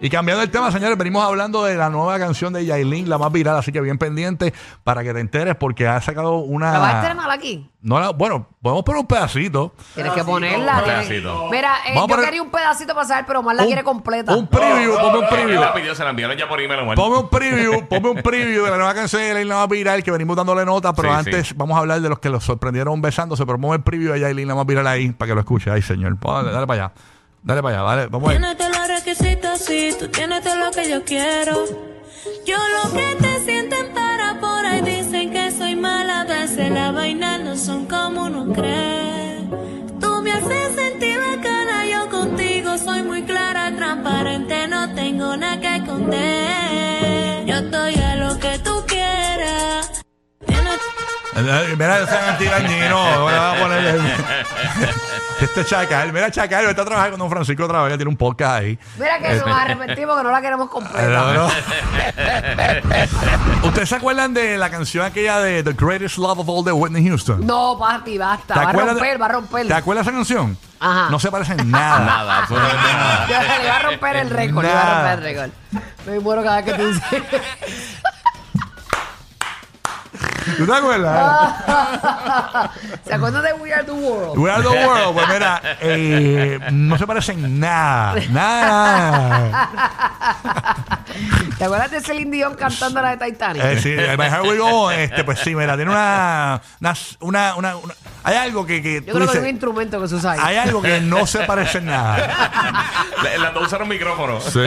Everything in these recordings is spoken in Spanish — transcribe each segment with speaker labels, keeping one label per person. Speaker 1: Y cambiando el tema, señores, venimos hablando de la nueva canción de Yailin, la más viral, así que bien pendiente para que te enteres porque ha sacado una...
Speaker 2: ¿La vas a estrenar aquí?
Speaker 1: No la- bueno, podemos poner un pedacito.
Speaker 2: Tienes que ponerla.
Speaker 3: un
Speaker 2: tienes-
Speaker 3: pedacito.
Speaker 2: Mira, eh,
Speaker 1: Vamos a
Speaker 2: yo
Speaker 1: poner-
Speaker 2: quería un pedacito para saber, pero Omar la
Speaker 1: Un-
Speaker 2: quiere completa.
Speaker 1: Un preview, ponme un preview.
Speaker 3: La pidió, se la enviaron ya por email. Omar.
Speaker 1: Ponme un preview, ponme un preview de la nueva canción de Yailin la más viral que venimos dándole nota, pero
Speaker 3: Sí,
Speaker 1: antes vamos a hablar de los que los sorprendieron besándose, pero ponme el preview de Yailin la más viral ahí para que lo escuche. Ay, señor, Pon- dale, dale para allá. Dale para allá, dale, vamos a ver.
Speaker 4: Tienes todos los requisitos, sí, tú tienes todo lo que yo quiero. Yo lo que te sienten para por ahí dicen que soy mala, a veces la vaina no son como uno cree. Tú me haces sentir bacana, yo contigo soy muy clara, transparente, no tengo nada que esconder. Yo estoy a lo que tú quieras. Tienes-
Speaker 1: Eh, Mira, esa mentira, Nino. Voy a ponerle- Este chacal, mira, chacal, está trabajando con don Francisco otra vez, que tiene un podcast ahí.
Speaker 2: Mira que nos arrepentimos que no la queremos
Speaker 1: Eh, no,
Speaker 2: completa.
Speaker 1: no. ¿Ustedes se acuerdan de la canción aquella de The Greatest Love of All de Whitney Houston?
Speaker 2: No, papi, basta.
Speaker 1: ¿Te
Speaker 2: Va a
Speaker 1: acuerdas de-
Speaker 2: romper, va a romper.
Speaker 1: ¿Te acuerdas de esa canción?
Speaker 2: Ajá.
Speaker 1: No se parecen en nada.
Speaker 3: Nada, absolutamente nada.
Speaker 2: le va a romper el récord, le va a romper el récord. Me muero cada vez que tú dices.
Speaker 1: ¿Tú te acuerdas?
Speaker 2: ¿Se acuerdan de We Are the World?
Speaker 1: We are the world. Pues mira, eh, no se parecen en nada. Nada.
Speaker 2: ¿Te acuerdas de Celine Dion cantando la de Titanic?
Speaker 1: Eh, sí, My Heart Will Go On, este, pues sí, mira, tiene una. una, una, una- una- hay algo que. que tú
Speaker 2: Yo creo que es un
Speaker 1: dices,
Speaker 2: instrumento que se usa ahí.
Speaker 1: hay algo que no se parece en nada.
Speaker 3: Le- Las dos usaron micrófono.
Speaker 1: Sí.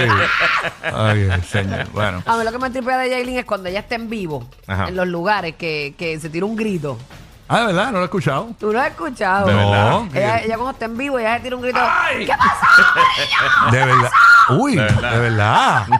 Speaker 1: Ay, señor. Bueno.
Speaker 2: A mí lo que me tripea de Jaylin es cuando ella está en vivo,
Speaker 3: Ajá.
Speaker 2: en los lugares, que, que se tira un grito.
Speaker 1: Ah, de verdad, no lo he escuchado.
Speaker 2: ¿Tú lo has escuchado?
Speaker 3: De verdad.
Speaker 1: Eh,
Speaker 2: Ella, ella cuando está en vivo, ella se tira un grito.
Speaker 3: ¡Ay!
Speaker 2: ¿Qué pasó,
Speaker 1: De verdad. Uy, de verdad.
Speaker 3: verdad.
Speaker 2: Una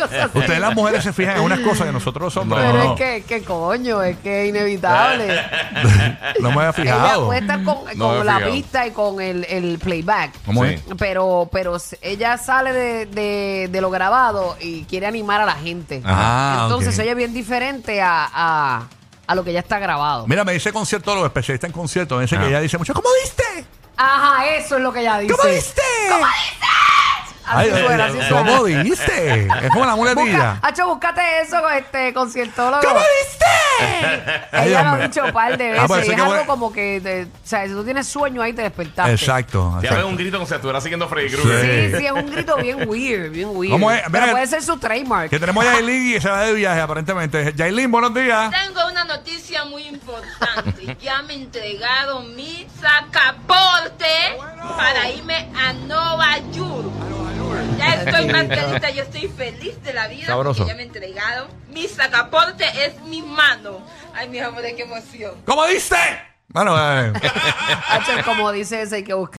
Speaker 2: cosa así.
Speaker 1: Ustedes las mujeres se fijan en unas cosas que nosotros los hombres
Speaker 2: Pero
Speaker 1: no,
Speaker 2: es que, que coño, es que es inevitable.
Speaker 1: Eh, no me había
Speaker 2: ella
Speaker 1: fijado.
Speaker 2: puede estar con, con
Speaker 3: No me he
Speaker 2: la
Speaker 3: fijado.
Speaker 2: pista y con el, el playback.
Speaker 1: ¿Cómo
Speaker 3: Sí.
Speaker 1: es?
Speaker 2: Pero, pero s- ella sale de, de- de lo grabado y quiere animar a la gente.
Speaker 1: Ah,
Speaker 2: Entonces
Speaker 1: ok.
Speaker 2: se oye bien diferente a, a- a lo que ya está grabado.
Speaker 1: Mira, me dice concierto los especialistas en concierto. Me dice que
Speaker 3: Ah.
Speaker 1: ella dice mucho, ¿cómo diste?
Speaker 2: Ajá, eso es lo que ella dice.
Speaker 1: ¿Cómo diste?
Speaker 2: Así
Speaker 1: Ay, eh,
Speaker 2: suena, así suena.
Speaker 1: ¿Cómo diste? Es como la
Speaker 2: Busca,
Speaker 1: muletilla.
Speaker 2: Hacho, búscate eso con este conciertólogo.
Speaker 1: ¿Cómo diste? Ay,
Speaker 2: Ella
Speaker 1: Dios
Speaker 2: lo ha
Speaker 1: mío.
Speaker 2: dicho un par de veces.
Speaker 1: Ah, pues,
Speaker 2: y
Speaker 1: eso
Speaker 2: es
Speaker 1: que
Speaker 2: algo
Speaker 1: bueno.
Speaker 2: como que, te- o sea, si tú tienes sueño ahí te despertaste.
Speaker 1: Exacto.
Speaker 3: Ya ves
Speaker 1: exacto.
Speaker 3: un grito como si estuviera siguiendo Freddy
Speaker 1: Sí.
Speaker 3: Krueger.
Speaker 2: Sí, sí, es un grito bien weird, bien weird.
Speaker 1: ¿Cómo es?
Speaker 2: Pero
Speaker 1: Mira,
Speaker 2: puede ser su trademark.
Speaker 1: Que tenemos a Yailin y se va de viaje, aparentemente. Yailin, buenos días.
Speaker 5: Tengo una noticia muy importante. Ya me he entregado mi sacaporte para irme a Nueva York. Ya estoy más que lista, yo estoy feliz de la vida
Speaker 1: Sabroso.
Speaker 5: porque ya me he entregado. Mi sacaporte es mi mano. Ay, mis amores, qué emoción.
Speaker 1: ¿Cómo diste? Bueno, eh.
Speaker 2: Hacho, como dice ese, hay que buscar.